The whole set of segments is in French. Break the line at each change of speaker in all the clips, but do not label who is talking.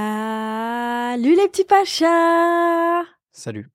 Salut les petits pachas
Salut.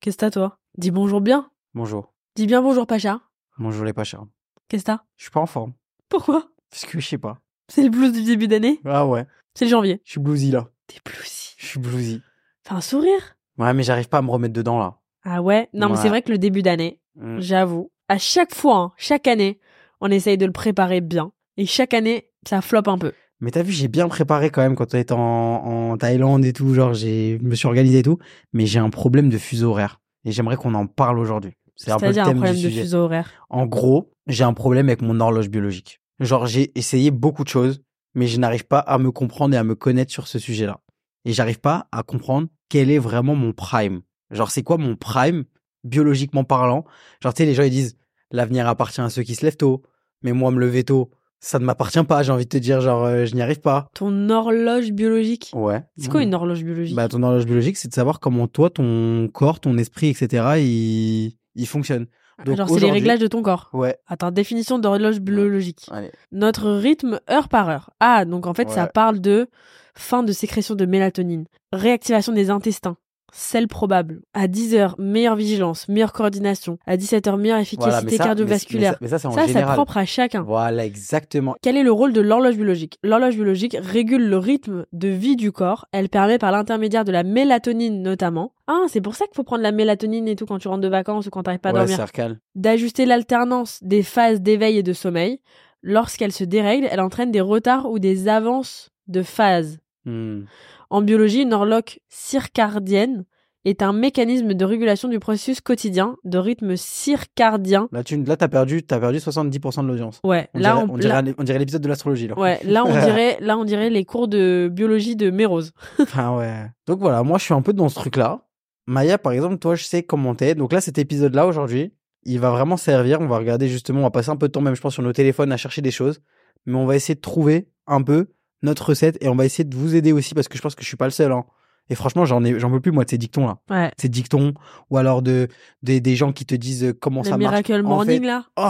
Qu'est-ce que t'as toi Dis bonjour bien.
Bonjour.
Dis bien bonjour pacha.
Bonjour les Pachas.
Qu'est-ce que t'as
Je suis pas en forme.
Pourquoi
Parce que je sais pas.
C'est le blues du début d'année
Ah ouais.
C'est le janvier.
Je suis bluesy là.
T'es bluesy.
Je suis bluesy.
Fais un sourire.
Ouais, mais j'arrive pas à me remettre dedans là.
Ah ouais Non mais
Ouais.
c'est vrai que le début d'année,
Mm.
j'avoue, à chaque fois, hein, chaque année, on essaye de le préparer bien. Et chaque année, ça floppe un peu.
Mais t'as vu, j'ai bien préparé quand même quand on était en, en Thaïlande et tout. Genre, j'ai- je me suis organisé et tout. Mais j'ai un problème de fuseau horaire. Et j'aimerais qu'on en parle aujourd'hui. C'est un peu le
C'est-à-dire un,
thème
problème
du
de
sujet.
fuseau horaire.
En gros, j'ai un problème avec mon horloge biologique. Genre, j'ai essayé beaucoup de choses, mais je n'arrive pas à me comprendre et à me connaître sur ce sujet-là. Et j'arrive pas à comprendre quel est vraiment mon prime. Genre, c'est quoi mon prime, biologiquement parlant Genre, tu sais, les gens, ils disent, l'avenir appartient à ceux qui se lèvent tôt. Mais moi, me lever tôt, ça ne m'appartient pas. J'ai envie de te dire, genre, euh, je n'y arrive pas.
Ton horloge biologique.
Ouais.
C'est quoi une horloge biologique
Bah, ton horloge biologique, c'est de savoir comment toi, ton corps, ton esprit, etc., il, il fonctionne. donc
Genre c'est les
aujourd'hui-
réglages de ton corps.
Ouais.
Attends, définition d'horloge biologique.
Allez.
Notre rythme heure par heure. Ah, donc en fait, ça
Ouais.
parle de fin de sécrétion de mélatonine, réactivation des intestins, sel probable. À 10h, meilleure vigilance, meilleure coordination. À 17h, meilleure efficacité
Voilà, mais ça- mais-
cardiovasculaire.
Mais, ça, mais ça, c'est en
ça, c'est
général.
propre à chacun.
Voilà, exactement.
Quel est le rôle de l'horloge biologique L'horloge biologique régule le rythme de vie du corps. Elle permet par l'intermédiaire de la mélatonine notamment. Ah, c'est pour ça qu'il faut prendre la mélatonine et tout quand tu rentres de vacances ou quand t'arrives pas à
ouais,
dormir
ça recale.
d'ajuster l'alternance des phases d'éveil et de sommeil. Lorsqu'elle se dérègle, elle entraîne des retards ou des avances de phase.
Hmm.
En biologie, une horloque circadienne est un mécanisme de régulation du processus quotidien de rythme circadien.
Là, tu là, t'as perdu, t'as perdu 70% de l'audience.
Ouais,
On
là,
dirait,
on,
on dirait
là-
un- on dirait l'épisode de l'astrologie, là.
ouais, là, on dirait, là, on dirait les cours de biologie de Mérose.
Enfin, ouais. Donc voilà, moi, je suis un peu dans ce truc-là. Maya, par exemple, toi, je sais comment t'es. Donc là, cet épisode-là, aujourd'hui, il va vraiment servir. On va regarder justement, on va passer un peu de temps, même, je pense, sur nos téléphones à chercher des choses. Mais on va essayer de trouver un peu notre recette et on va essayer de vous aider aussi parce que je pense que je suis pas le seul, hein. Et franchement, j'en ai, j'en peux plus, moi, de ces dictons-là.
Ouais.
ces dictons ou alors de, des- des gens qui te disent euh, comment
la
ça marche.
Miracle
En
Morning,
fait-
là.
Oh,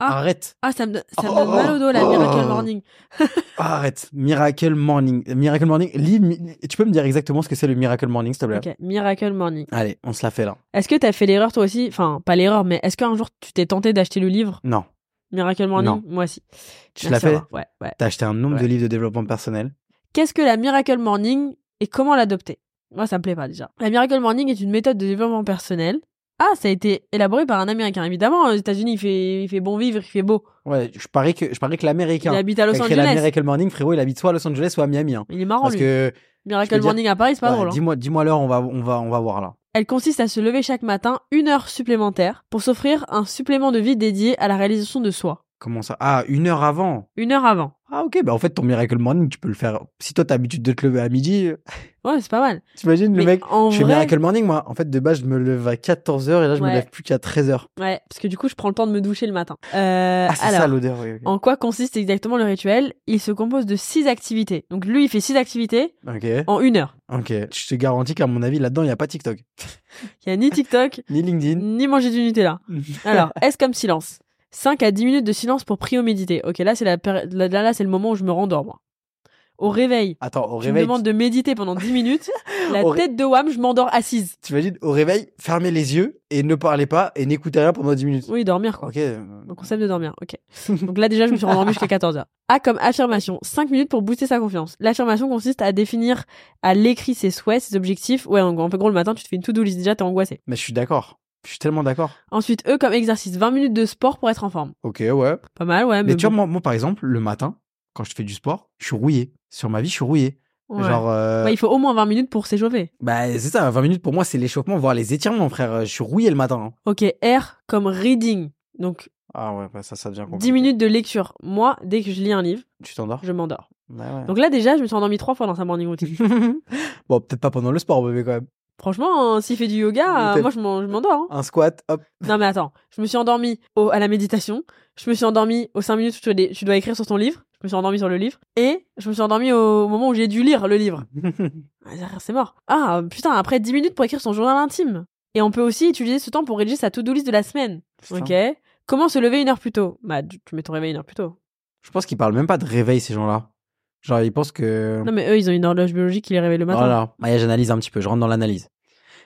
Ah.
arrête,
Ah, ça me, don- ça me
Oh,
donne mal au dos, la
oh.
Miracle Morning.
arrête. Miracle Morning, Miracle Morning. Lis- mi- tu peux me dire exactement ce que c'est le Miracle Morning, s'il te plaît
Ok, Miracle Morning.
Allez, on se la fait là.
Est-ce que t'as fait l'erreur toi aussi Enfin, pas l'erreur, mais est-ce qu'un jour tu t'es tenté d'acheter le livre
Non,
Miracle Morning
Non.
Moi aussi.
tu l'as fait.
Ouais, ouais.
T'as acheté un nombre
Ouais.
de livres de développement personnel.
Qu'est-ce que la Miracle Morning et comment l'adopter Moi, ça me plaît pas déjà. La Miracle Morning est une méthode de développement personnel. Ah, ça a été élaboré par un Américain. Évidemment, aux États-Unis, il fait, il fait bon vivre, il fait beau.
Ouais, je parie que je parie que
Il
l'américain
habite à
qui
Los
a créé la
Angeles.
Miracle Morning, frérot, il habite soit à Los Angeles soit à Miami. hein.
Il est marrant,
Parce
lui.
que je
Miracle
peux dire-
Morning à Paris, c'est pas
ouais,
drôle. hein.
dis-moi, dis-moi l'heure, on va, on va, on va voir là.
Elle consiste à se lever chaque matin une heure supplémentaire pour s'offrir un supplément de vie dédié à la réalisation de soi.
Comment ça Ah, une heure avant.
Une heure avant.
Ah ok, bah en fait ton Miracle Morning, tu peux le faire. Si toi t'as l'habitude de te lever à midi, euh,
Ouais, c'est pas mal.
t'imagines le
Mais
mec
en
Je fais
vrai,
Miracle Morning, moi. En fait, de base, je me lève à 14h et là, je
Ouais.
me lève plus qu'à 13h.
ouais, parce que du coup, je prends le temps de me doucher le matin. Euh,
Ah, c'est
alors,
ça l'odeur, oui. ok.
En quoi consiste exactement le rituel Il se compose de six activités. Donc lui, il fait six activités
Ok.
en une heure.
Ok. Je te garantis qu'à mon avis, là-dedans, il n'y a pas TikTok.
Il n'y a ni TikTok,
Ni LinkedIn.
ni manger du Nutella. Alors, S comme silence 5 à 10 minutes de silence pour prier ou méditer. Ok, là, c'est la péri- là, là, là, c'est le moment où je me rendors, moi. Au réveil,
Attends, au
tu
réveil.
me demandes de méditer pendant 10 minutes. La
Au ré-
tête de Wam, je m'endors assise.
tu- T'imagines, au réveil, fermez les yeux et ne parlez pas et n'écoutez rien pendant 10 minutes.
Oui, dormir, quoi.
Ok. euh,
Le concept de dormir, ok. Donc là déjà, je me suis rendormie jusqu'à 14h. A comme affirmation, 5 minutes pour booster sa confiance. L'affirmation consiste à définir à l'écrit ses souhaits, ses objectifs. Ouais, en gros, un peu gros le matin, tu te fais une to-do list déjà, t'es angoissé.
Mais je suis d'accord. Je suis tellement d'accord.
Ensuite, E comme exercice, 20 minutes de sport pour être en forme.
Ok, ouais.
Pas mal, ouais, mais,
Mais tu vois,
bon.
moi, moi, par exemple, le matin, quand je fais du sport, je suis rouillé. Sur ma vie, je suis rouillé.
Ouais.
Genre, euh,
Ouais, il faut au moins 20 minutes pour s'échauffer.
bah, c'est ça, 20 minutes pour moi, c'est l'échauffement, voire les étirements, frère. Je suis rouillé le matin. hein.
Ok, R comme reading. Donc,
Ah ouais, bah, ça, ça devient compliqué.
10 minutes de lecture. Moi, dès que je lis un livre,
Tu t'endors
je m'endors.
Ouais, ouais.
Donc là, déjà, je me suis endormie trois fois dans sa morning routine.
Bon, peut-être pas pendant le sport, bébé, quand même.
Franchement, hein, s'il fait du yoga, euh,
Peut-être.
moi, je m'en- je m'endors. hein.
Un squat, hop.
Non, mais attends, je me suis endormie au- à la méditation. Je me suis endormie aux 5 minutes où tu dois- tu dois écrire sur ton livre. Je me suis endormie sur le livre. Et je me suis endormie au moment où j'ai dû lire le livre. Ah, C'est mort. Ah, putain, après 10 minutes pour écrire son journal intime. Et on peut aussi utiliser ce temps pour rédiger sa to-do list de la semaine. Ok.
Putain.
Comment se lever une heure plus tôt Bah, tu tu mets ton réveil une heure plus tôt.
Je pense qu'ils parlent même pas de réveil, ces gens-là. Genre, ils pensent que.
Non, mais eux, ils ont une horloge biologique qui les réveille le matin.
Voilà. Maya, j'analyse un petit peu. Je rentre dans l'analyse.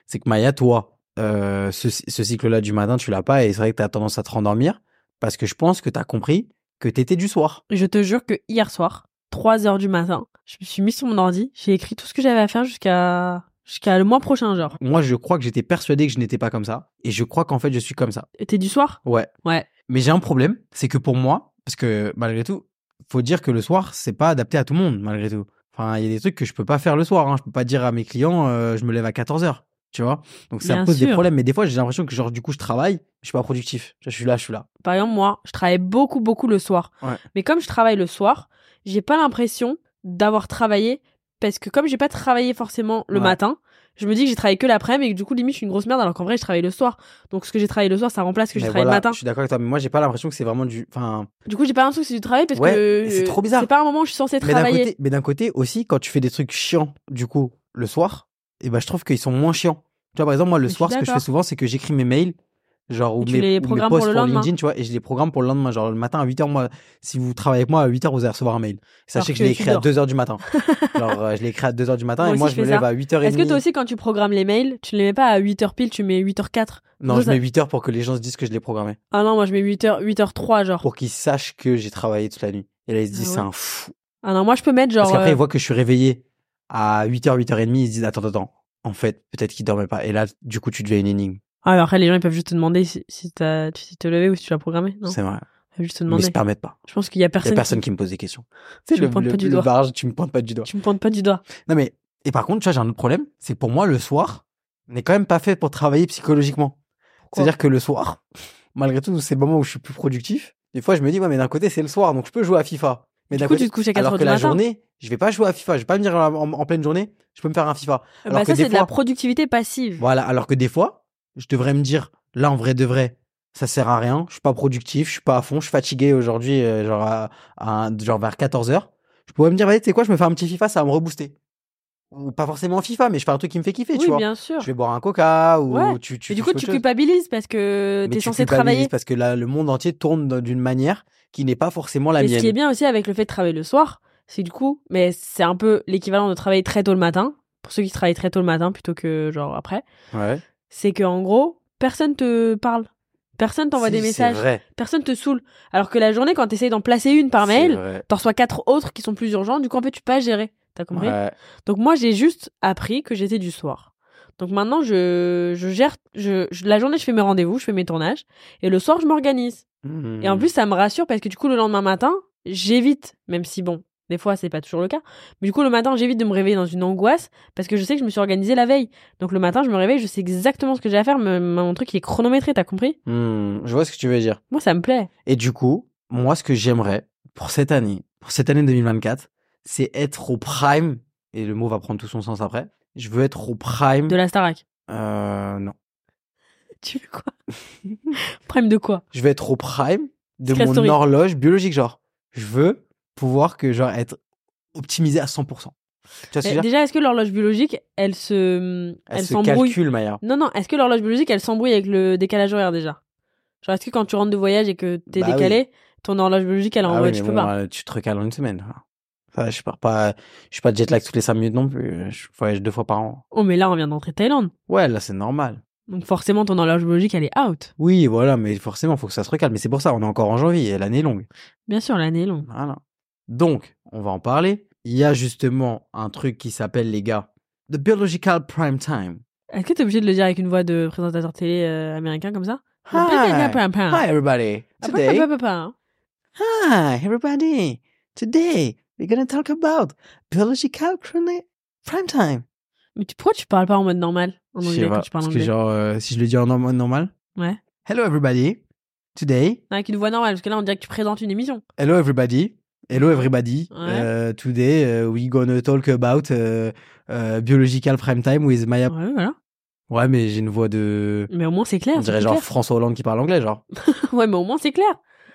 C'est que Maya, toi, euh, ce, ce cycle-là du matin, tu l'as pas et c'est vrai que tu as tendance à te rendormir parce que je pense que tu as compris que tu étais du soir.
Je te jure que hier soir, 3 heures du matin, je me suis mis sur mon ordi, j'ai écrit tout ce que j'avais à faire jusqu'à jusqu'à le mois prochain, genre.
Moi, je crois que j'étais persuadé que je n'étais pas comme ça et je crois qu'en fait, je suis comme ça.
Et T'es du soir
Ouais.
Ouais.
Mais j'ai un problème, c'est que pour moi, parce que malgré tout, faut dire que le soir, c'est pas adapté à tout le monde, malgré tout. Enfin, il y a des trucs que je peux pas faire le soir. Hein. Je peux pas dire à mes clients, euh, je me lève à 14 h Tu vois Donc ça
Bien
pose des
sûr.
problèmes. Mais des fois, j'ai l'impression que, genre, du coup, je travaille, je suis pas productif. Je suis là, je suis là.
Par exemple, moi, je travaille beaucoup, beaucoup le soir.
Ouais.
Mais comme je travaille le soir, j'ai pas l'impression d'avoir travaillé parce que comme j'ai pas travaillé forcément le
Ouais.
matin, je me dis que j'ai travaillé que l'après-midi et que du coup, limite, je suis une grosse merde alors qu'en vrai, je travaille le soir. Donc ce que j'ai travaillé le soir, ça remplace ce que j'ai
Mais
travaillé
voilà,
le matin.
Je suis d'accord avec toi, mais moi, j'ai pas l'impression que c'est vraiment du. Enfin,
Du coup, j'ai pas l'impression que c'est du travail parce
Ouais,
que
et c'est
euh,
trop bizarre.
C'est pas un moment où je suis censée
mais d'un
travailler.
côté, mais d'un côté aussi, quand tu fais des trucs chiants, du coup, le soir, et ben, je trouve qu'ils sont moins chiants. Tu vois, par exemple, moi, le
Je suis
soir, ce que je fais
d'accord.
souvent, c'est que j'écris mes mails, genre, ou
Et tu
mes,
les
ou mes
programmes pour
posts
le lendemain.
LinkedIn, tu vois, et je les programme pour le lendemain. Genre, le matin à 8h, moi, si vous travaillez avec moi, à 8h, vous allez recevoir un mail. Sachez
Alors
que je l'ai
que tu
écrit à
dors.
2h du matin. genre, euh, je l'ai écrit à 2h du matin,
Moi
et
aussi,
moi,
je
je me
fais
lève
ça.
à 8h30.
Est-ce que toi aussi, quand tu programmes les mails, tu ne les mets pas à 8h pile, tu mets 8h04
Non,
toi,
je
ça-
mets 8h pour que les gens se disent que je l'ai programmé.
Ah non, moi je mets 8h, 8h03, genre.
Pour qu'ils sachent que j'ai travaillé toute la nuit. Et là, ils se
Ah
disent,
ouais.
c'est un fou.
Ah non, moi je peux mettre genre.
Parce qu'après,
euh,
ils voient que je suis réveillé à 8h, 8h30, ils se disent Attends, attends, attends. En fait, peut-être qu'ils dormaient pas. Et là, du coup, tu deviens une énigme.
Ah, mais après, les gens ils peuvent juste te demander si, si t'as- tu t'es levé ou si tu l'as programmé. Non, ils
C'est vrai.
peuvent juste te
Mais ils
demander.
se permettent pas.
Je pense qu'il y a
Il y
personne.
a personne
qui-
qui me pose des questions. Tu sais,
Tu
le,
me pointes
le-
pas du
le
doigt.
barrage, tu me pointes pas du doigt.
Tu me pointes pas du doigt.
Non, mais. Et par contre, tu vois, j'ai un autre problème. C'est que pour moi, le soir n'est quand même pas fait pour travailler psychologiquement. C'est-à-dire que le soir, malgré tout, c'est le moment où je suis plus productif. Des fois, je me dis Ouais, mais d'un côté, c'est le soir, donc je peux jouer à FIFA. Mais
Du
d'un
coup,
côté,
tu te couches à 4
alors
heures
que
du
la
matin.
journée, je vais pas jouer à FIFA. Je vais pas me dire en, en- en pleine journée, je peux me faire un FIFA.
Ah
alors
bah,
que
ça,
des
c'est de la
fois-
productivité passive.
Voilà, alors que des fois, je devrais me dire, là, en vrai de vrai, ça sert à rien, je suis pas productif, je suis pas à fond, je suis fatigué aujourd'hui, euh, genre, à, à- genre vers 14h. Je pourrais me dire, vas-y, tu sais quoi, je me fais un petit FIFA, ça va me rebooster. Ou pas forcément FIFA, mais je fais un truc qui me fait kiffer,
oui,
tu vois.
bien sûr.
Je vais boire un coca, ou
Ouais.
tu, tu
Mais du
fais
coup,
autre
tu
chose.
culpabilises parce que
Mais
t'es
tu
censé
culpabilises
travailler.
Parce que là, le monde entier tourne dans- d'une manière qui n'est pas forcément la
Et
mienne.
ce qui est bien aussi avec le fait de travailler le soir, c'est que du coup, mais c'est un peu l'équivalent de travailler très tôt le matin, pour ceux qui travaillent très tôt le matin plutôt que genre après,
Ouais.
c'est que en gros, personne te parle. Personne t'envoie
Si,
des
c'est
messages,
vrai,
personne te saoule. Alors que la journée, quand t'essayes d'en placer une par
c'est
mail,
vrai.
t'en reçois quatre autres qui sont plus urgents, du coup en fait tu peux pas gérer. T'as compris
Ouais.
Donc moi j'ai juste appris que j'étais du soir. Donc maintenant je, je gère, je, je- la journée je fais mes rendez-vous, je fais mes tournages, et le soir je m'organise. Et en
Mhm.
plus, ça me rassure parce que du coup, le lendemain matin, j'évite, même si bon, des fois, c'est pas toujours le cas. Mais du coup, le matin, j'évite de me réveiller dans une angoisse parce que je sais que je me suis organisée la veille. Donc le matin, je me réveille, je sais exactement ce que j'ai à faire. me- Mon truc, il est chronométré, t'as compris
Mhm, je vois ce que tu veux dire.
Moi, ça me plaît.
Et du coup, moi, ce que j'aimerais pour cette année, pour cette année 2024, c'est être au prime. Et le mot va prendre tout son sens après. Je veux être au prime.
De la Starac.
Euh, non.
Mmh. Tu veux quoi Prime de quoi
Je veux être au prime de
C'est la
mon
story.
horloge biologique, genre. Je veux pouvoir que, genre, être optimisé à 100%. Tu vois ce que
Eh,
je veux dire
Déjà, est-ce que l'horloge biologique, elle se.
Elle, se
s'embrouille
calcule, Maya.
Non, non, est-ce que l'horloge biologique, elle s'embrouille avec le décalage horaire déjà Genre, est-ce que quand tu rentres de voyage et que t'es
Bah oui.
décalé, ton horloge biologique, elle est en
Ah oui,
mode
mais
je peux
bon,
pas
euh, tu te recales en une semaine. hein. Enfin, je pars pas, je suis pas jet lag toutes les 5 minutes non plus. Je voyage deux fois par an.
Oh, mais là, on vient d'entrer Thaïlande.
Ouais, là, c'est normal.
Donc forcément, ton horloge biologique, elle est out.
Oui, voilà, mais forcément, faut que ça se recale. Mais c'est pour ça, on est encore en janvier et l'année est longue.
Bien sûr, l'année est longue.
Voilà. Donc, on va en parler. Il y a justement un truc qui s'appelle, les gars, The Biological Prime Time.
Est-ce que t'es obligé de le dire avec une voix de présentateur télé euh, américain comme ça
Hi. Hi, everybody. Today,
Ah, Papa,
hi, everybody. Today, We're gonna talk about biological chronic prime time.
Mais tu, pourquoi tu parles pas en mode normal en
Je
anglais
sais
quand
pas,
tu parles
parce que
anglais
genre, euh, si je le dis en norm- normal.
Ouais.
Hello everybody. Today.
Avec une voix normale, parce que là, on dirait que tu présentes une émission.
Hello everybody. Hello everybody.
Ouais.
Euh, today euh, we gonna talk about euh, euh, biological prime time with Maya.
Ouais, voilà.
Ouais, mais j'ai une voix de.
Mais au moins, c'est clair.
On
c'est
dirait
plus
genre
clair.
François Hollande qui parle anglais, genre.
Ouais, mais au moins, c'est clair.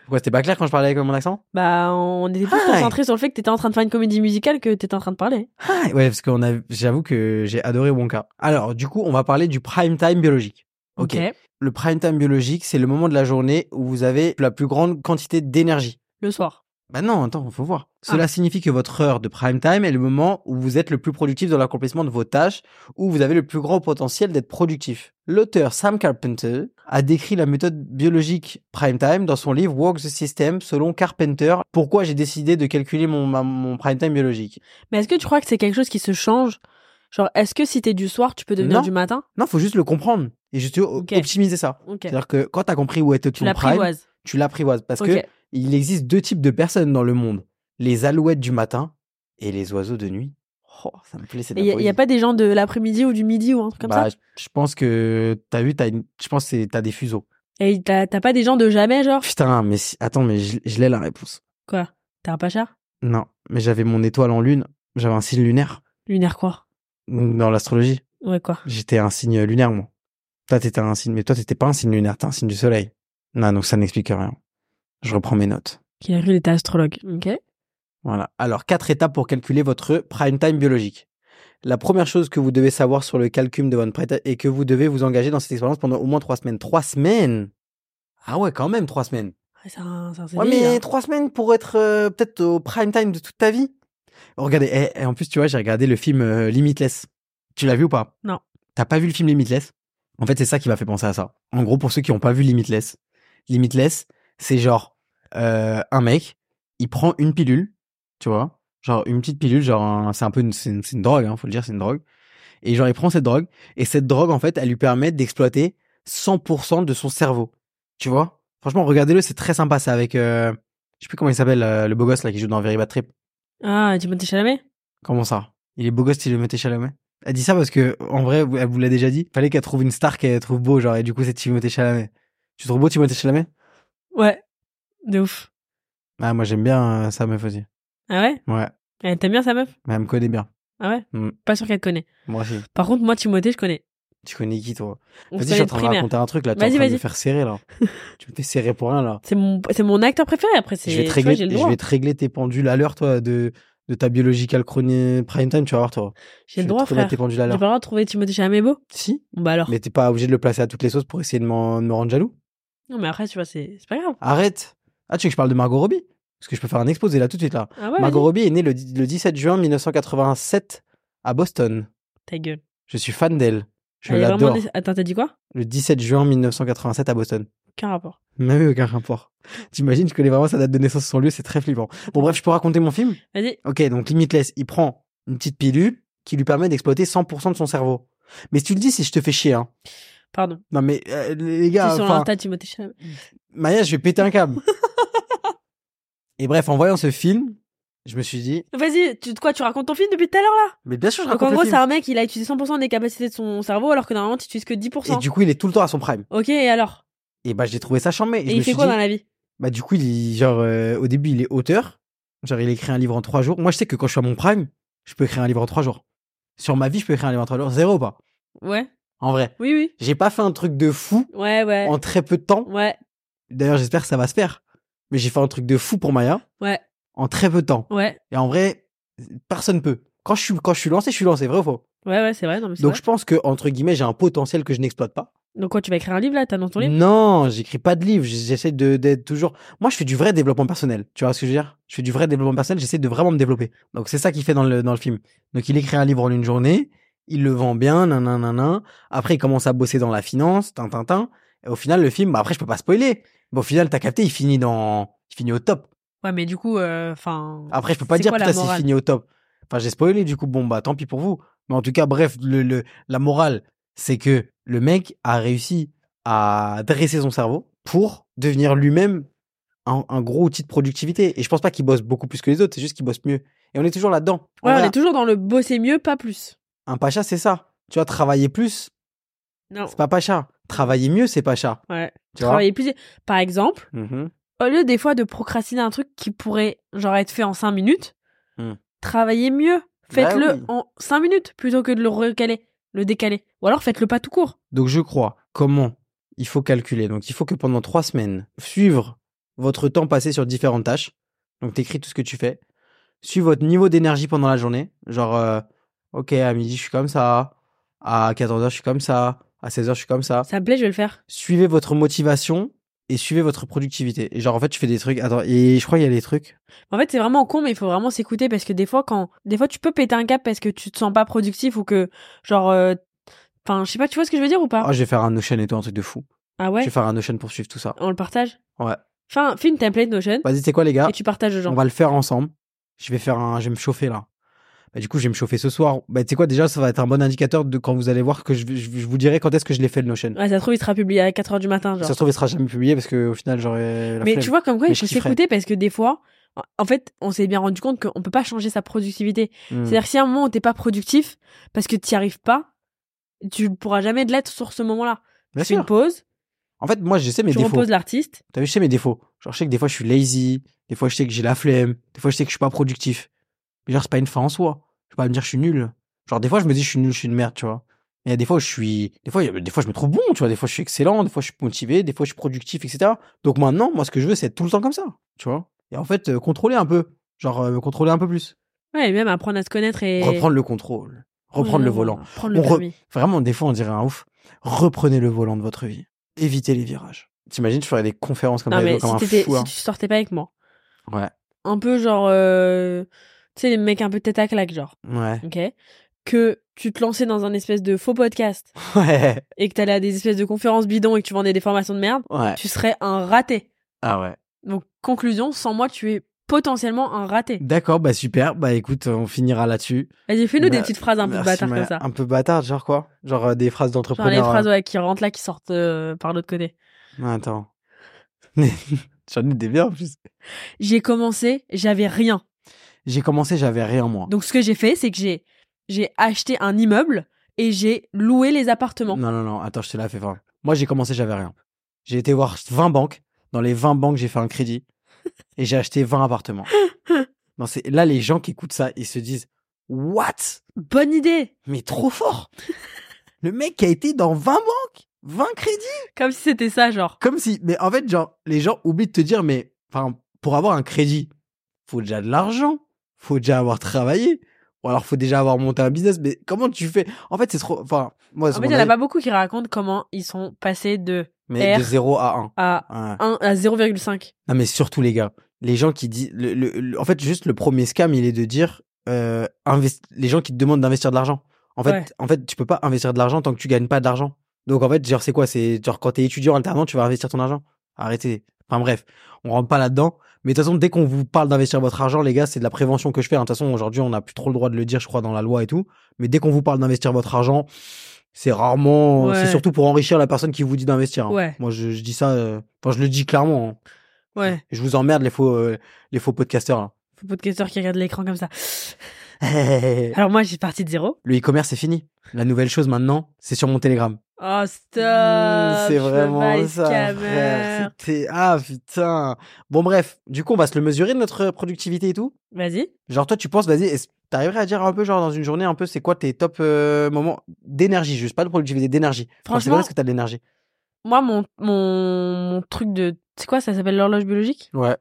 Pourquoi c'était pas clair quand je parlais avec mon accent
Bah, on était plus
Hi.
concentrés sur le fait que t'étais en train de faire une comédie musicale que t'étais en train de parler.
Ah, ouais, parce qu'on a. J'avoue que j'ai adoré Wonka. Alors, du coup, on va parler du prime time biologique. Ok. Le prime time biologique, c'est le moment de la journée où vous avez la plus grande quantité d'énergie.
Le soir.
Bah non, attends, faut voir.
Ah.
Cela signifie que votre heure de prime time est le moment où vous êtes le plus productif dans l'accomplissement de vos tâches, où vous avez le plus grand potentiel d'être productif. L'auteur Sam Carpenter a décrit la méthode biologique prime time dans son livre Walk the System selon Carpenter. Pourquoi j'ai décidé de calculer mon, ma- mon prime time biologique
Mais est-ce que tu crois que c'est quelque chose qui se change Genre, est-ce que si t'es du soir, tu peux devenir
Non.
du matin
Non, faut juste le comprendre et juste o-
Ok.
optimiser ça.
Ok.
C'est-à-dire que quand t'as compris où était
Tu
ton prime,
l'apprivoises.
tu l'apprivoises parce
Ok.
que il existe deux types de personnes dans le monde les alouettes du matin et les oiseaux de nuit. Oh, ça me plaît cette
Et il n'y a pas des gens de l'après-midi ou du midi ou un truc comme ça
Bah, Je pense que t'as vu, t'as une... je pense que c'est- t'as des fuseaux. Oh,
Et t'as t'as pas des gens de jamais, genre
Putain, mais si- attends, mais je, je l'ai la réponse.
Quoi T'as un pas cher
Non, mais j'avais mon étoile en lune, j'avais un signe lunaire
Lunaire quoi
dans l'astrologie.
Ouais, quoi
J'étais un signe lunaire, moi. Toi, t'étais un signe, mais toi, t'étais pas un signe lunaire, t'es un signe du soleil. Non, donc ça n'explique rien. Je reprends mes notes.
Qui a cru qu'il était astrologue. Ok.
Voilà. Alors, quatre étapes pour calculer votre prime time biologique. La première chose que vous devez savoir sur le calcul de votre prime time est que vous devez vous engager dans cette expérience pendant au moins trois semaines. Trois semaines Ah ouais, quand même, trois semaines.
Ouais, c'est un, c'est un
Ouais,
CDI,
mais
hein.
trois semaines pour être euh, peut-être au prime time de toute ta vie. Oh, regardez, eh, eh, en plus, tu vois, j'ai regardé le film euh, Limitless. Tu l'as vu ou pas
Non.
T'as pas vu le film Limitless En fait, c'est ça qui m'a fait penser à ça. En gros, pour ceux qui n'ont pas vu Limitless, Limitless, c'est genre euh, un mec, il prend une pilule, tu vois, genre une petite pilule, genre un- c'est un peu une, c'est une, c'est une drogue, hein, faut le dire, c'est une drogue. Et genre, il prend cette drogue, et cette drogue, en fait, elle lui permet d'exploiter 100% de son cerveau. Tu vois Franchement, regardez-le, c'est très sympa. C'est avec, euh, je sais plus comment il s'appelle, euh, le beau gosse là qui joue dans Very Bad Trip.
Ah, Timothée Chalamet
Comment ça Il est beau gosse, il le mettait Chalamet. Elle dit ça parce que, en vrai, elle vous l'a déjà dit. Fallait qu'elle trouve une star qu'elle trouve beau, genre, et du coup, c'est Timothée Chalamet. Tu trouves beau Timothée Chalamet
Ouais. De ouf.
Ah, moi, j'aime bien euh, sa meuf aussi.
Ah ouais
Ouais,
Eh, T'aimes bien sa meuf
mais elle me connaît bien.
Ah ouais
Mm.
Pas sûr qu'elle te connaît.
Moi aussi.
Par contre, moi, Timothée, je connais.
Tu connais qui, toi
On
Vas-y,
se
je suis
connaît
en
de
train de
primaire.
raconter un truc là. T'es en
Vas-y,
train de me
vas-y.
faire serrer là. tu me fais serrer pour rien là.
C'est mon, c'est mon acteur préféré après. c'est-
Je vais, te
tu
régler,
vois, j'ai le
je
droit.
vais te régler tes pendules à l'heure, toi, de, de ta biological chronique prime time, tu vas voir, toi.
J'ai le
Je vais
droit,
te
frère.
remettre tes
J'ai pas
pendules à
le
l'heure.
droit de trouver Timothée Chalamet beau
Si,
Bon, bah alors.
mais t'es pas obligé de le placer à toutes les sauces pour essayer de, m'en- de me rendre jaloux.
Non, mais après, tu vois, c'est c'est pas grave.
Arrête. Ah, tu veux que je parle de Margot Robbie Parce que je peux faire un exposé là tout de suite là.
Ah ouais
Margot Robbie est née le, di- le 17 juin 1987 à Boston.
vas-y, Ta gueule.
Je suis fan d'elle. Je
Elle est
l'adore.
vraiment dé- Attends, t'as dit quoi
Le 17 juin 1987 à Boston.
Aucun rapport.
Mais oui, aucun rapport. T'imagines, je connais vraiment sa date de naissance, son lieu, c'est très flippant. Bon, bref, je peux raconter mon film
Vas-y.
Ok, donc Limitless, il prend une petite pilule qui lui permet d'exploiter 100% de son cerveau. Mais si tu le dis, si je te fais chier, hein.
Pardon.
Non, mais euh, les gars,
C'est sur
enfin,
l'insta de Timothée Chalamet.
Maya, je vais péter un câble. Et bref, en voyant ce film, je me suis dit,
Vas-y, tu quoi Tu racontes ton film depuis tout à l'heure là
mais bien sûr, je
Donc
raconte
en
le
gros, c'est
Ah, film.
un mec, il a utilisé 100% des capacités de son cerveau alors que normalement tu utilises que 10%.
Et du coup, il est tout le temps à son prime.
Ok, et alors
Et bah, j'ai trouvé ça charmé. Et,
Et,
je me
il fait
suis
quoi
dit,
dans la vie
bah, du coup, il, genre, euh, au début, il est auteur. Genre, il écrit un livre en trois jours. Moi, je sais que quand je suis à mon prime, je peux écrire un livre en trois jours. Sur ma vie, je peux écrire un livre en trois jours. Zéro ou pas
Ouais.
En vrai.
Oui, oui.
J'ai pas fait un truc de fou
Ouais, ouais.
en très peu de temps.
Ouais,
D'ailleurs, j'espère que ça va se faire. Mais j'ai fait un truc de fou pour Maya
ouais,
en très peu de temps.
ouais.
Et en vrai, personne peut. Quand je suis, quand je suis lancé, je suis lancé, vrai ou faux
Ouais, ouais, c'est vrai. Non, mais c'est
Donc
vrai.
je pense que entre guillemets, j'ai un potentiel que je n'exploite pas.
Donc quoi, tu vas écrire un livre là T'annonces ton livre
Non, j'écris pas de livre. J'essaie de d'être toujours. Moi, je fais du vrai développement personnel. Tu vois ce que je veux dire Je fais du vrai développement personnel. J'essaie de vraiment me développer. Donc c'est ça qu'il fait dans le dans le film. Donc il écrit un livre en une journée. Il le vend bien, nan nan nan nan. Après, il commence à bosser dans la finance, tin tin tin. Et au final, le film, bah après, je peux pas spoiler. Mais au final, t'as capté, il finit dans, il finit au top.
Ouais, mais du coup, euh, enfin.
Après, je peux pas
C'est
dire
quoi la
putain, c'est
morale
fini au top. Enfin, j'ai spoilé du coup. Bon bah, tant pis pour vous. Mais en tout cas, bref, le, le- la morale, c'est que le mec a réussi à dresser son cerveau pour devenir lui-même un, un gros outil de productivité. Et je pense pas qu'il bosse beaucoup plus que les autres. C'est juste qu'il bosse mieux. Et on est toujours là-dedans.
Ouais,
Voilà.
on est toujours dans le bosser mieux, pas plus.
Un pacha, c'est ça. Tu vois, travailler plus,
Non.
c'est pas pacha. Travailler mieux, c'est pacha.
Ouais.
Tu vois
Travailler plus. Par exemple,
Mhm.
au lieu des fois de procrastiner un truc qui pourrait genre être fait en 5 minutes,
Hmm.
travaillez mieux. Faites-le
Bah oui.
en 5 minutes plutôt que de le recaler, le décaler. Ou alors faites-le pas tout court.
Donc je crois, comment il faut calculer Donc il faut que pendant trois semaines, suivre votre temps passé sur différentes tâches. Donc t'écris tout ce que tu fais. Suivre votre niveau d'énergie pendant la journée. Genre, euh, ok, à midi je suis comme ça, à 14h je suis comme ça, à 16h je suis comme ça.
Ça me plaît, je vais le faire.
Suivez votre motivation et suivez votre productivité. Et genre en fait tu fais des trucs... Attends, et je crois qu'il y a des trucs.
En fait, c'est vraiment con, mais il faut vraiment s'écouter parce que des fois, quand, des fois, tu peux péter un cap parce que tu te sens pas productif ou que, genre, euh, enfin, je sais pas, tu vois ce que je veux dire ou pas
Ah, je vais faire un Notion et tout, un truc de fou.
Ah ouais,
Je vais faire un Notion pour suivre tout ça.
on le partage.
Ouais.
Enfin, fais une template Notion
Vas-y, c'est quoi les gars
et tu partages aux gens.
On va le faire ensemble. Je vais faire un, je vais me chauffer là. Bah, du coup, je vais me chauffer ce soir. Bah, tu sais quoi, déjà, ça va être un bon indicateur de quand vous allez voir que je, je- je vous dirai quand est-ce que je l'ai fait le Notion.
Ouais, ça se trouve, il sera publié à 4 heures du matin, genre.
Ça se trouve, il sera jamais publié parce que au final, j'aurais. la
mais
flemme.
tu vois, comme quoi,
Mais
il
je
faut
kifferais.
s'écouter parce que des fois, en- en fait, on s'est bien rendu compte qu'on peut pas changer sa productivité.
Hmm.
C'est-à-dire, si à un moment où t'es pas productif parce que t'y arrives pas, tu pourras jamais de l'être sur ce moment-là.
Bien
Tu fais une
sûr.
pause,
En fait, moi, je sais mes
tu
défauts.
reposes l'artiste.
T'as vu, je sais mes défauts. Genre, je sais que des fois, je suis lazy. Des fois, je sais que j'ai la flemme. Des fois, je sais que je suis pas productif. Mais genre, c'est pas une fin en soi. Je peux pas me dire que je suis nul. Genre, des fois, je me dis, je suis nul, je suis une merde, tu vois. Mais il y a des fois où je suis, des fois, il y a- des fois, je me trouve bon, tu vois. Des fois, je suis excellent. Des fois, je suis motivé. Des fois, je suis productif, etc. Donc maintenant, moi, ce que je veux, c'est être tout le temps comme ça, tu vois. Et en fait, euh, contrôler un peu. Genre, euh, me contrôler un peu plus.
Ouais, et même apprendre à se connaître et. Mmh.
Reprendre le contrôle. Reprendre le
Ouais,
volant.
Prendre le
On re-
permis.
Vraiment, des fois, on dirait un ouf. Reprenez le volant de votre vie. Évitez les virages. T'imagines, je ferais des conférences comme,
Non,
ça,
mais
comme
si,
un
t'étais-
fou,
si
hein.
tu sortais pas avec moi,
Ouais.
un peu genre. euh, Tu sais, les mecs un peu tête à claque, genre,
Ouais.
ok Que tu te lançais dans un espèce de faux podcast
Ouais.
et que t'allais à des espèces de conférences bidons et que tu vendais des formations de merde,
Ouais.
Euh, tu serais un raté.
Ah ouais.
Donc, conclusion, sans moi, tu es potentiellement un raté.
D'accord, bah super. Bah écoute, on finira là-dessus.
Vas-y, fais-nous des
Bah,
petites phrases un peu
Merci,
bâtards
mais
comme ça.
Un hein. peu bâtard, genre quoi Genre euh, des
Genre
phrases
les
d'entrepreneur.
phrases ouais, qui rentrent là, qui sortent euh, par l'autre côté.
euh, Attends. J'en ai des biens en plus.
J'ai commencé, j'avais rien.
J'ai commencé, j'avais rien moi.
Donc, ce que j'ai fait, c'est que j'ai j'ai acheté un immeuble et j'ai loué les appartements.
Non, non, non, attends, je te la fais fin. Moi, j'ai commencé, j'avais rien. J'ai été voir 20 banques. Dans les 20 banques, j'ai fait un crédit et j'ai acheté 20 appartements. Non, c'est là les gens qui écoutent ça, ils se disent "What
Bonne idée
Mais trop fort Le mec qui a été dans 20 banques, 20 crédits
Comme si c'était ça, genre.
Comme si, mais en fait, genre, les gens oublient de te dire, mais, enfin, pour avoir un crédit, faut déjà de l'argent, faut déjà avoir travaillé, ou alors faut déjà avoir monté un business, mais comment tu fais? En fait, c'est trop, enfin, moi, c'est
En fait, il n'y
mon
en a
avis,
pas beaucoup qui racontent comment ils sont passés de
mais de
R.
0 à
à
1. Ouais.
1 à 0,5.
Non, mais surtout, les gars, les gens qui disent, le, le- le- en fait, juste le premier scam, il est de dire, euh, invest- les gens qui te demandent d'investir de l'argent. En fait,
Ouais.
en fait, tu peux pas investir de l'argent tant que tu gagnes pas de l'argent. Donc, en fait, genre, c'est quoi? C'est genre, quand t'es étudiant alternant, tu vas investir ton argent. Arrêtez. Enfin, bref. On rentre pas là-dedans. Mais de toute façon, dès qu'on vous parle d'investir votre argent, les gars, c'est de la prévention que je fais. hein. De toute façon, aujourd'hui, on n'a plus trop le droit de le dire, je crois, dans la loi et tout. Mais dès qu'on vous parle d'investir votre argent, c'est rarement,
Ouais.
c'est surtout pour enrichir la personne qui vous dit d'investir. hein.
Ouais.
Moi, je, je dis ça, euh, enfin, je le dis clairement. hein.
Ouais.
Je vous emmerde les faux, euh, les faux podcasteurs. hein.
Faut pas de questeur qui regarde l'écran comme ça. Alors moi, j'ai parti de zéro.
le e-commerce c'est fini. La nouvelle chose maintenant, c'est sur mon Telegram.
Oh, stop
Mmh,
je
c'est
me bats
vraiment
les
ça,
scammers.
frère. C'était ah putain. Bon bref, du coup on va se le mesurer notre productivité et tout.
Vas-y.
Genre toi tu penses, vas-y, est-ce- t'arriverais à dire un peu genre dans une journée un peu c'est quoi tes top euh, moments d'énergie juste, pas de productivité, d'énergie. Genre, c'est
Franchement,
vrai ce que t'as de l'énergie.
moi, mon, mon, mon truc de... C'est quoi, ça s'appelle l'horloge biologique
Ouais.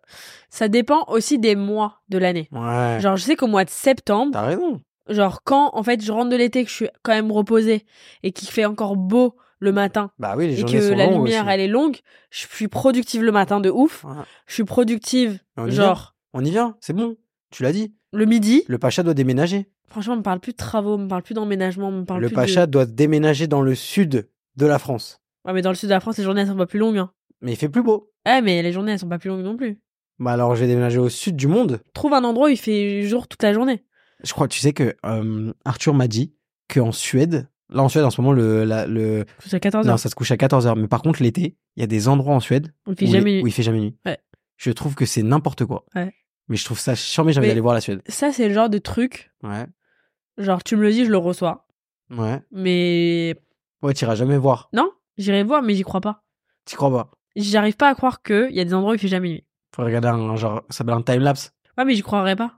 Ça dépend aussi des mois de l'année.
Ouais.
Genre, je sais qu'au mois de septembre,
T'as raison.
genre quand, en fait, je rentre de l'été, que je suis quand même reposée et qu'il fait encore beau le matin,
Bah oui, les
et
journées
que
sont
la
longues
lumière
aussi.
elle est longue, je suis productive le matin de ouf.
Voilà.
Je suis productive
Mais on y
genre
On y vient, c'est bon. Tu l'as dit.
le midi.
Le pacha doit déménager.
Franchement, on me parle plus de travaux, on me parle plus d'emménagement, on me parle
Le
plus
Pacha
de.
doit déménager dans le sud de la France.
Ouais, mais dans le sud de la France, les journées elles sont pas plus longues. Hein.
Mais il fait plus beau.
Ouais, mais les journées elles sont pas plus longues non plus.
Bah alors je vais déménager au sud du monde.
Trouve un endroit où il fait jour toute la journée.
Je crois, tu sais que euh, Arthur m'a dit qu'en Suède, là en Suède en ce moment, le, la- le...
C'est à 14
Non,
h
ça se couche à 14h. Mais par contre l'été, il y a des endroits en Suède
On le fait
où,
jamais.
il- où il fait jamais nuit.
Ouais.
Je trouve que c'est n'importe quoi.
Ouais.
Mais je trouve ça chiant, mais j'ai envie
Mais-
d'aller voir la Suède.
Ça, c'est le genre de truc,
Ouais.
genre, tu me le dis, je le reçois.
Ouais.
Mais
Ouais, t'iras jamais voir.
non, j'irai voir, mais j'y crois pas.
T'y crois pas.
J'arrive pas à croire qu'il y a des endroits où il fait jamais nuit.
Faut regarder un genre, ça s'appelle un timelapse.
Ouais, mais j'y croirais pas.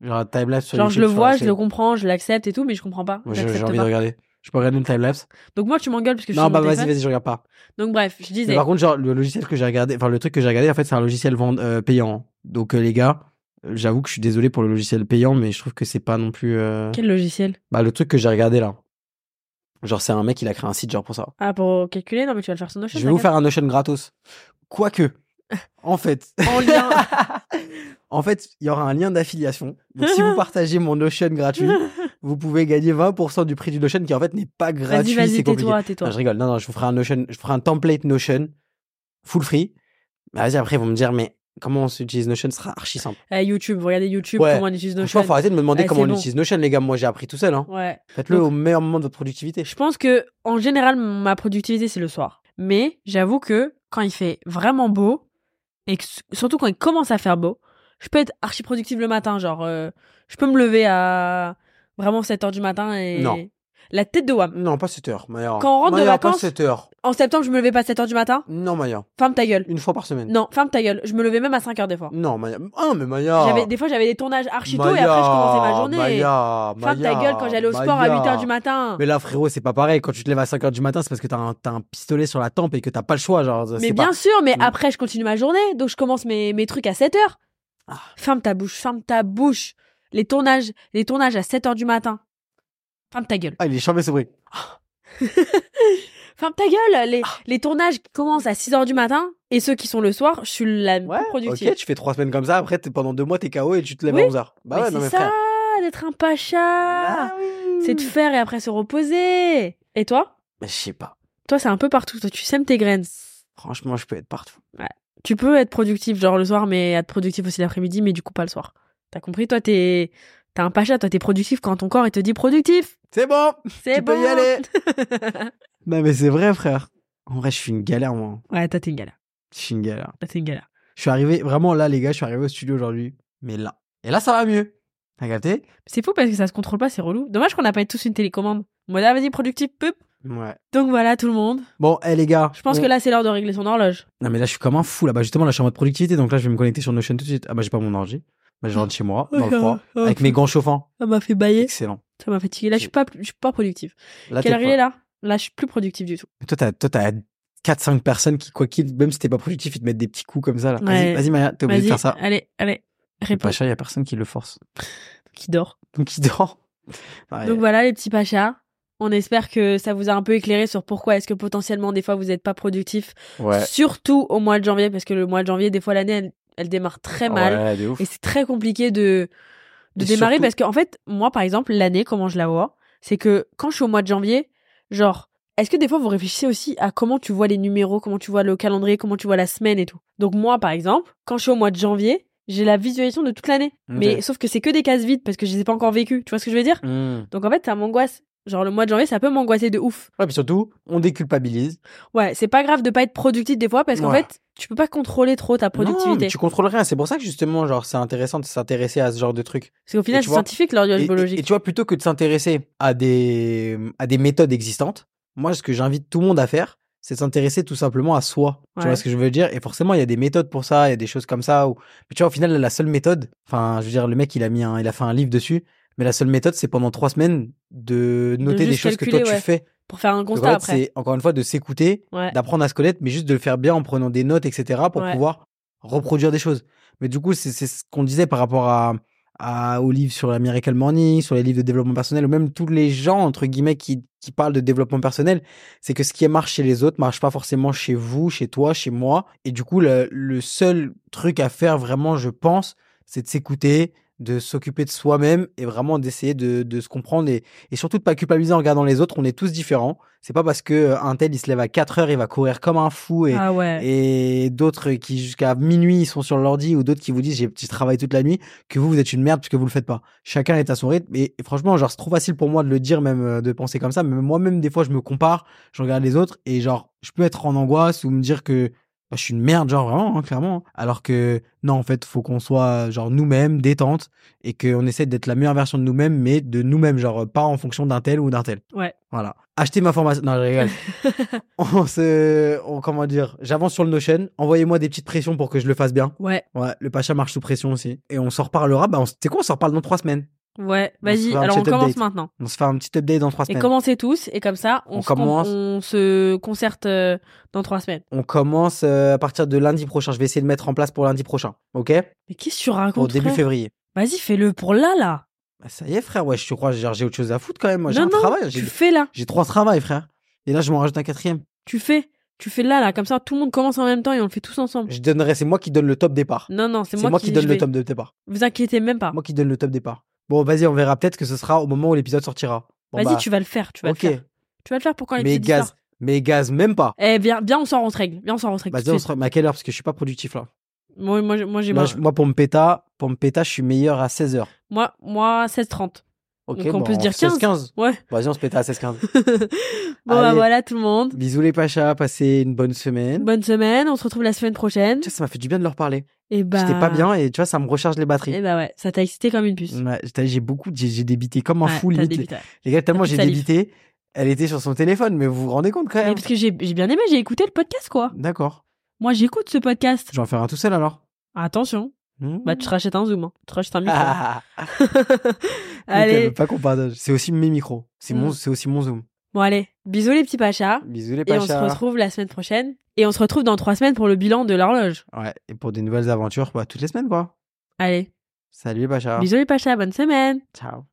Genre un timelapse sur
Genre, je
YouTube
le
sur la
vois, je le
Suède.
comprends, je l'accepte et tout, mais je comprends pas.
Moi, j'ai j'ai
J'accepte
envie
pas.
de regarder. Je peux regarder le timelapse.
Donc moi, tu m'engueules parce que je
Non,
suis
bah
sur mon
vas-y,
téléphone.
vas-y, je regarde pas.
Donc bref, je
Mais
disais,
par contre, genre, le logiciel que j'ai regardé, enfin, le truc que j'ai regardé, en fait, c'est un logiciel vend- euh, payant. Donc, euh, les gars, euh, j'avoue que je suis désolé pour le logiciel payant, mais je trouve que c'est pas non plus. euh,
quel logiciel
Bah, le truc que j'ai regardé là. Genre, c'est un mec, il a créé un site, genre, pour ça.
Ah, pour calculer Non, mais tu vas le faire sur Notion.
Je vais vous
t'inquiète.
faire un Notion gratos. Quoique, en fait.
En lien.
En fait, il y aura un lien d'affiliation. Donc, si vous partagez mon Notion gratuit, vous pouvez gagner 20% du prix du Notion qui, en fait, n'est pas
Vas-y,
gratuit.
vas-y,
c'est compliqué.
tais-toi,
Non,
tais-toi.
je rigole. Non, non, je vous ferai un Notion, je ferai un template Notion full free. Bah, vas-y, après, ils vont me dire, mais comment on s'utilise Notion Ce sera archi simple.
Eh, YouTube, regardez YouTube,
Ouais.
comment on utilise
Franchement,
Notion.
faut arrêter de me demander
Eh,
comment
c'est
on
bon.
utilise Notion, les gars. Moi, j'ai appris tout seul. Hein.
Ouais.
Faites-le
Donc-
au meilleur moment de votre productivité.
Je pense que, en général, ma productivité, c'est le soir. Mais j'avoue que quand il fait vraiment beau, et que- surtout quand il commence à faire beau, je peux être archi productive le matin. Genre, euh, je peux me lever à vraiment 7 heures du matin et.
Non.
La tête de Wam.
Non, pas 7 heures, Maya.
Quand on rentre de
Maya,
vacances-
pas 7 heures.
En septembre, je me levais pas à 7 heures du matin.
Non, Maya.
Ferme ta gueule.
Une fois par semaine.
Non, ferme ta gueule. Je me levais même à 5 heures des fois.
Non, Maya. Ah, mais Maya.
J'avais Des fois, j'avais des tournages archi tôt
Maya,
et après, je commençais ma journée. et-
Maya,
Ferme ta
Maya,
gueule quand j'allais au sport
Maya.
à 8 heures du matin.
Mais là, frérot, c'est pas pareil. Quand tu te lèves à 5 heures du matin, c'est parce que t'as un, t'as un pistolet sur la tempe et que t'as pas le choix. Genre,
Mais
c'est
bien
pas-
sûr, mais
Mm.
après, je continue ma journée, donc je commence mes, mes trucs à 7 heures.
Ah.
Ferme ta bouche, ferme ta bouche. Les tournages, les tournages à 7 heures du matin. Ferme ta gueule.
Ah, il est chambé ce bruit.
Ferme ta gueule. Les,
Ah.
les tournages qui commencent à 6 heures du matin et ceux qui sont le soir, je suis la plus
Ouais,
productive.
ok, tu fais trois semaines comme ça, après t'es- pendant deux mois t'es KO et tu te lèves
Oui,
à 11h. Bah
Mais
ouais,
c'est
non mais
ça,
frère.
d'être un pacha. C'est de faire et après se reposer. Et toi
Mais Je sais pas.
Toi, c'est un peu partout. Toi, tu sèmes tes graines.
Franchement, je peux être partout.
Tu peux être productif, genre le soir, mais être productif aussi l'après-midi, mais du coup pas le soir. T'as compris Toi, t'es t'as un pacha, toi, t'es productif quand ton corps il te dit productif.
C'est bon
C'est
Tu
bon.
peux y aller Non mais c'est vrai, frère. En vrai, je suis une galère, moi.
ouais, toi, t'es une galère.
Je suis une galère.
Toi, t'es une galère.
Je suis arrivé, vraiment là, les gars, je suis arrivé au studio aujourd'hui. Mais là. Et là, ça va mieux. T'as capté
C'est fou parce que ça se contrôle pas, c'est relou. Dommage qu'on n'a pas tous une télécommande. Moi, là, vas-y, productif, pup.
Ouais.
Donc voilà, tout le monde.
Bon, eh les gars.
Je pense
on-
que là, c'est l'heure de régler son horloge.
Non mais là, je suis comme un fou là. Bah justement, là, je suis en mode productivité, donc là, je vais me connecter sur Notion tout de suite. Ah bah j'ai pas mon ordi. Bah je rentre chez moi, dans le froid,
Oh,
avec mes gants chauffants.
Ça m'a fait bailler.
Excellent.
Ça m'a fatigué. Là, je suis pas, je suis pas productif.
Là,
Quelle
t'es
heure il
pas-
est là Là, je suis plus productif du tout.
Toi, t'as, toi, t'as 4-5 personnes qui, quoi qu'il, même si t'es pas productif, ils te mettent des petits coups comme ça. Là.
Ouais.
Vas-y, vas-y, Maya, t'es obligé de
Vas-y,
faire ça.
allez, allez.
Le
Réponds.
Pacha, il y a personne qui le force.
Qui dort
Donc, il dort. Ouais.
Donc voilà les petits pachas. On espère que ça vous a un peu éclairé sur pourquoi est-ce que potentiellement des fois vous n'êtes pas productif,
ouais.
surtout au mois de janvier, parce que le mois de janvier, des fois l'année, elle, elle démarre très mal.
Ah Ouais, de ouf.
Et c'est très compliqué de, de
Et
démarrer,
surtout-
parce qu'en fait, moi par exemple, l'année, comment je la vois, c'est que quand je suis au mois de janvier, genre, est-ce que des fois vous réfléchissez aussi à comment tu vois les numéros, comment tu vois le calendrier, comment tu vois la semaine et tout Donc moi par exemple, quand je suis au mois de janvier, j'ai la visualisation de toute l'année.
Ok.
Mais sauf que c'est que des cases vides, parce que je les ai pas encore vécues. Tu vois ce que je veux dire
Mm.
donc en fait, ça m'angoisse. Genre le mois de janvier, ça peut m'angoisser de ouf.
Ouais, puis surtout, on déculpabilise.
Ouais, c'est pas grave de pas être productif des fois parce qu'en
Ouais.
fait, tu peux pas contrôler trop ta
Non, mais
productivité.
tu contrôles rien. C'est pour ça que justement, genre, c'est intéressant de s'intéresser à ce genre de truc.
Parce qu'au
et
final,
tu
c'est
vois-
scientifique l'horloge
Et, et-
biologique.
et tu vois, plutôt que de s'intéresser à des, à des méthodes existantes, moi, ce que j'invite tout le monde à faire, c'est de s'intéresser tout simplement à soi. Tu
Ouais.
vois ce que je veux dire Et forcément, il y a des méthodes pour ça, il y a des choses comme ça. Où... Mais tu vois, au final, la seule méthode, enfin, je veux dire, le mec, il a, mis un, il a fait un livre dessus, mais la seule méthode, c'est pendant trois semaines de noter des
juste
choses que
calculer,
toi,
ouais.
tu fais.
Pour faire un
Donc,
constat
en fait,
après.
c'est encore une fois de s'écouter,
Ouais.
d'apprendre à se connaître, mais juste de le faire bien en prenant des notes, etc., pour
Ouais.
pouvoir reproduire des choses. Mais du coup, c'est c'est ce qu'on disait par rapport à, à, aux livres sur la Miracle Morning, sur les livres de développement personnel, ou même tous les gens, entre guillemets, qui, qui parlent de développement personnel, c'est que ce qui marche chez les autres marche pas forcément chez vous, chez toi, chez moi. Et du coup, le, le seul truc à faire vraiment, je pense, c'est de s'écouter, de s'occuper de soi-même et vraiment d'essayer de, de se comprendre et, et surtout de pas culpabiliser en regardant les autres. On est tous différents. C'est pas parce que euh, un tel il se lève à 4 heures, il va courir comme un fou et,
Ah ouais.
et d'autres qui jusqu'à minuit ils sont sur l'ordi ou d'autres qui vous disent j'ai petit travail toute la nuit que vous vous êtes une merde parce que vous le faites pas. Chacun est à son rythme et, et franchement genre c'est trop facile pour moi de le dire même euh, de penser comme ça mais moi-même des fois je me compare, je regarde les autres et genre je peux être en angoisse ou me dire que bah, je suis une merde, genre vraiment, hein, clairement. Alors que non, en fait, faut qu'on soit genre nous-mêmes, détente, et qu'on essaie d'être la meilleure version de nous-mêmes, mais de nous-mêmes, genre pas en fonction d'un tel ou d'un tel.
Ouais.
Voilà. Achetez ma formation. Non, je rigole. on se, on, comment dire, j'avance sur le Notion. Envoyez-moi des petites pressions pour que je le fasse bien.
Ouais,
Ouais, le Pacha marche sous pression aussi. Et on s'en reparlera. Bah, on s- tu sais quoi, on s'en reparle dans trois semaines.
ouais.
On se
Vas-y,
fera un
alors on
petit
commence
update.
maintenant.
On se fait un petit update dans trois
Et
semaines.
commencez tous, et comme ça, on,
On
se, con-
commence.
on se concerte euh, dans trois semaines.
On commence euh, à partir de lundi prochain. Je vais essayer de mettre en place pour lundi prochain. Ok
Mais qu'est-ce que tu
Au
racontes
début
frère
février.
Vas-y, fais-le pour là, là.
Bah, ça y est, frère. Ouais, je te crois, genre, j'ai autre chose à foutre quand même. Moi, j'ai
Non,
un
non,
travail.
Tu
J'ai,
fais là,
j'ai trois travails, frère. Et là, je m'en rajoute un quatrième.
tu fais, tu fais là, là. Comme ça, tout le monde commence en même temps et on le fait tous ensemble.
Je donnerai, c'est moi qui donne le top départ.
Non, non, c'est
C'est
moi, qui
donne
je
le
vais- Ah.
top de départ.
Vous inquiétez même pas.
Moi qui donne le top départ. Bon, vas-y, on verra peut-être que ce sera au moment où l'épisode sortira. Bon,
Vas-y,
bah,
tu vas le faire, tu vas
Ok.
le faire. Tu vas le faire pour quand
Mais
l'épisode
gaz,
sort.
mais gaz, même pas.
Eh bien, bien, on s'en rentre règle. Bien, on s'en rentre règle.
Vas-y,
tout de
Bah, on
suite.
se re- mais à quelle heure Parce que je suis pas productif là.
Moi, moi, j'ai- moi, j'ai
Moi,
moi,
je- moi, pour me péta, pour me péta, je suis meilleur à 16h.
moi, moi, 16h30.
Ok,
Donc, on peut se dire
16, 15.
Ouais.
Vas-y, on se péta à 16-15.
bon, bah
Allez.
voilà tout le monde.
Bisous les Pachas, passez une bonne semaine.
Bonne semaine, on se retrouve la semaine prochaine.
Tu vois, ça m'a fait du bien de leur parler.
Et bah.
J'étais pas bien et tu vois, ça me recharge les
Et
batteries.
bah ouais, ça t'a excité comme une puce.
Ouais, t'as- j'ai beaucoup, j'ai j'ai débité comme un
Ouais,
fou
t'as
limite.
débité, ouais.
Les gars, tellement
T'as plus
j'ai
de salive.
débité, elle était sur son téléphone, mais vous vous rendez compte quand
Mais
même.
parce que j'ai j'ai bien aimé, j'ai écouté le podcast quoi.
D'accord.
Moi j'écoute ce podcast.
Je vais en faire un tout seul alors.
Attention,
Hmm.
bah tu te rachètes un zoom, hein. tu te rachètes un micro.
Ah, mais qu'elle veut
allez,
pas qu'on partage. C'est aussi mes micros. C'est mon,
Hmm.
c'est aussi mon zoom.
bon allez, bisous les petits pachas.
Bisous les
Et
Pachas.
on se retrouve la semaine prochaine. Et on se retrouve dans trois semaines pour le bilan de l'horloge.
Ouais, et pour des nouvelles aventures, bah, toutes les semaines, quoi.
Allez,
Salut, Bacha.
bisous les pachas, bonne semaine.
Ciao.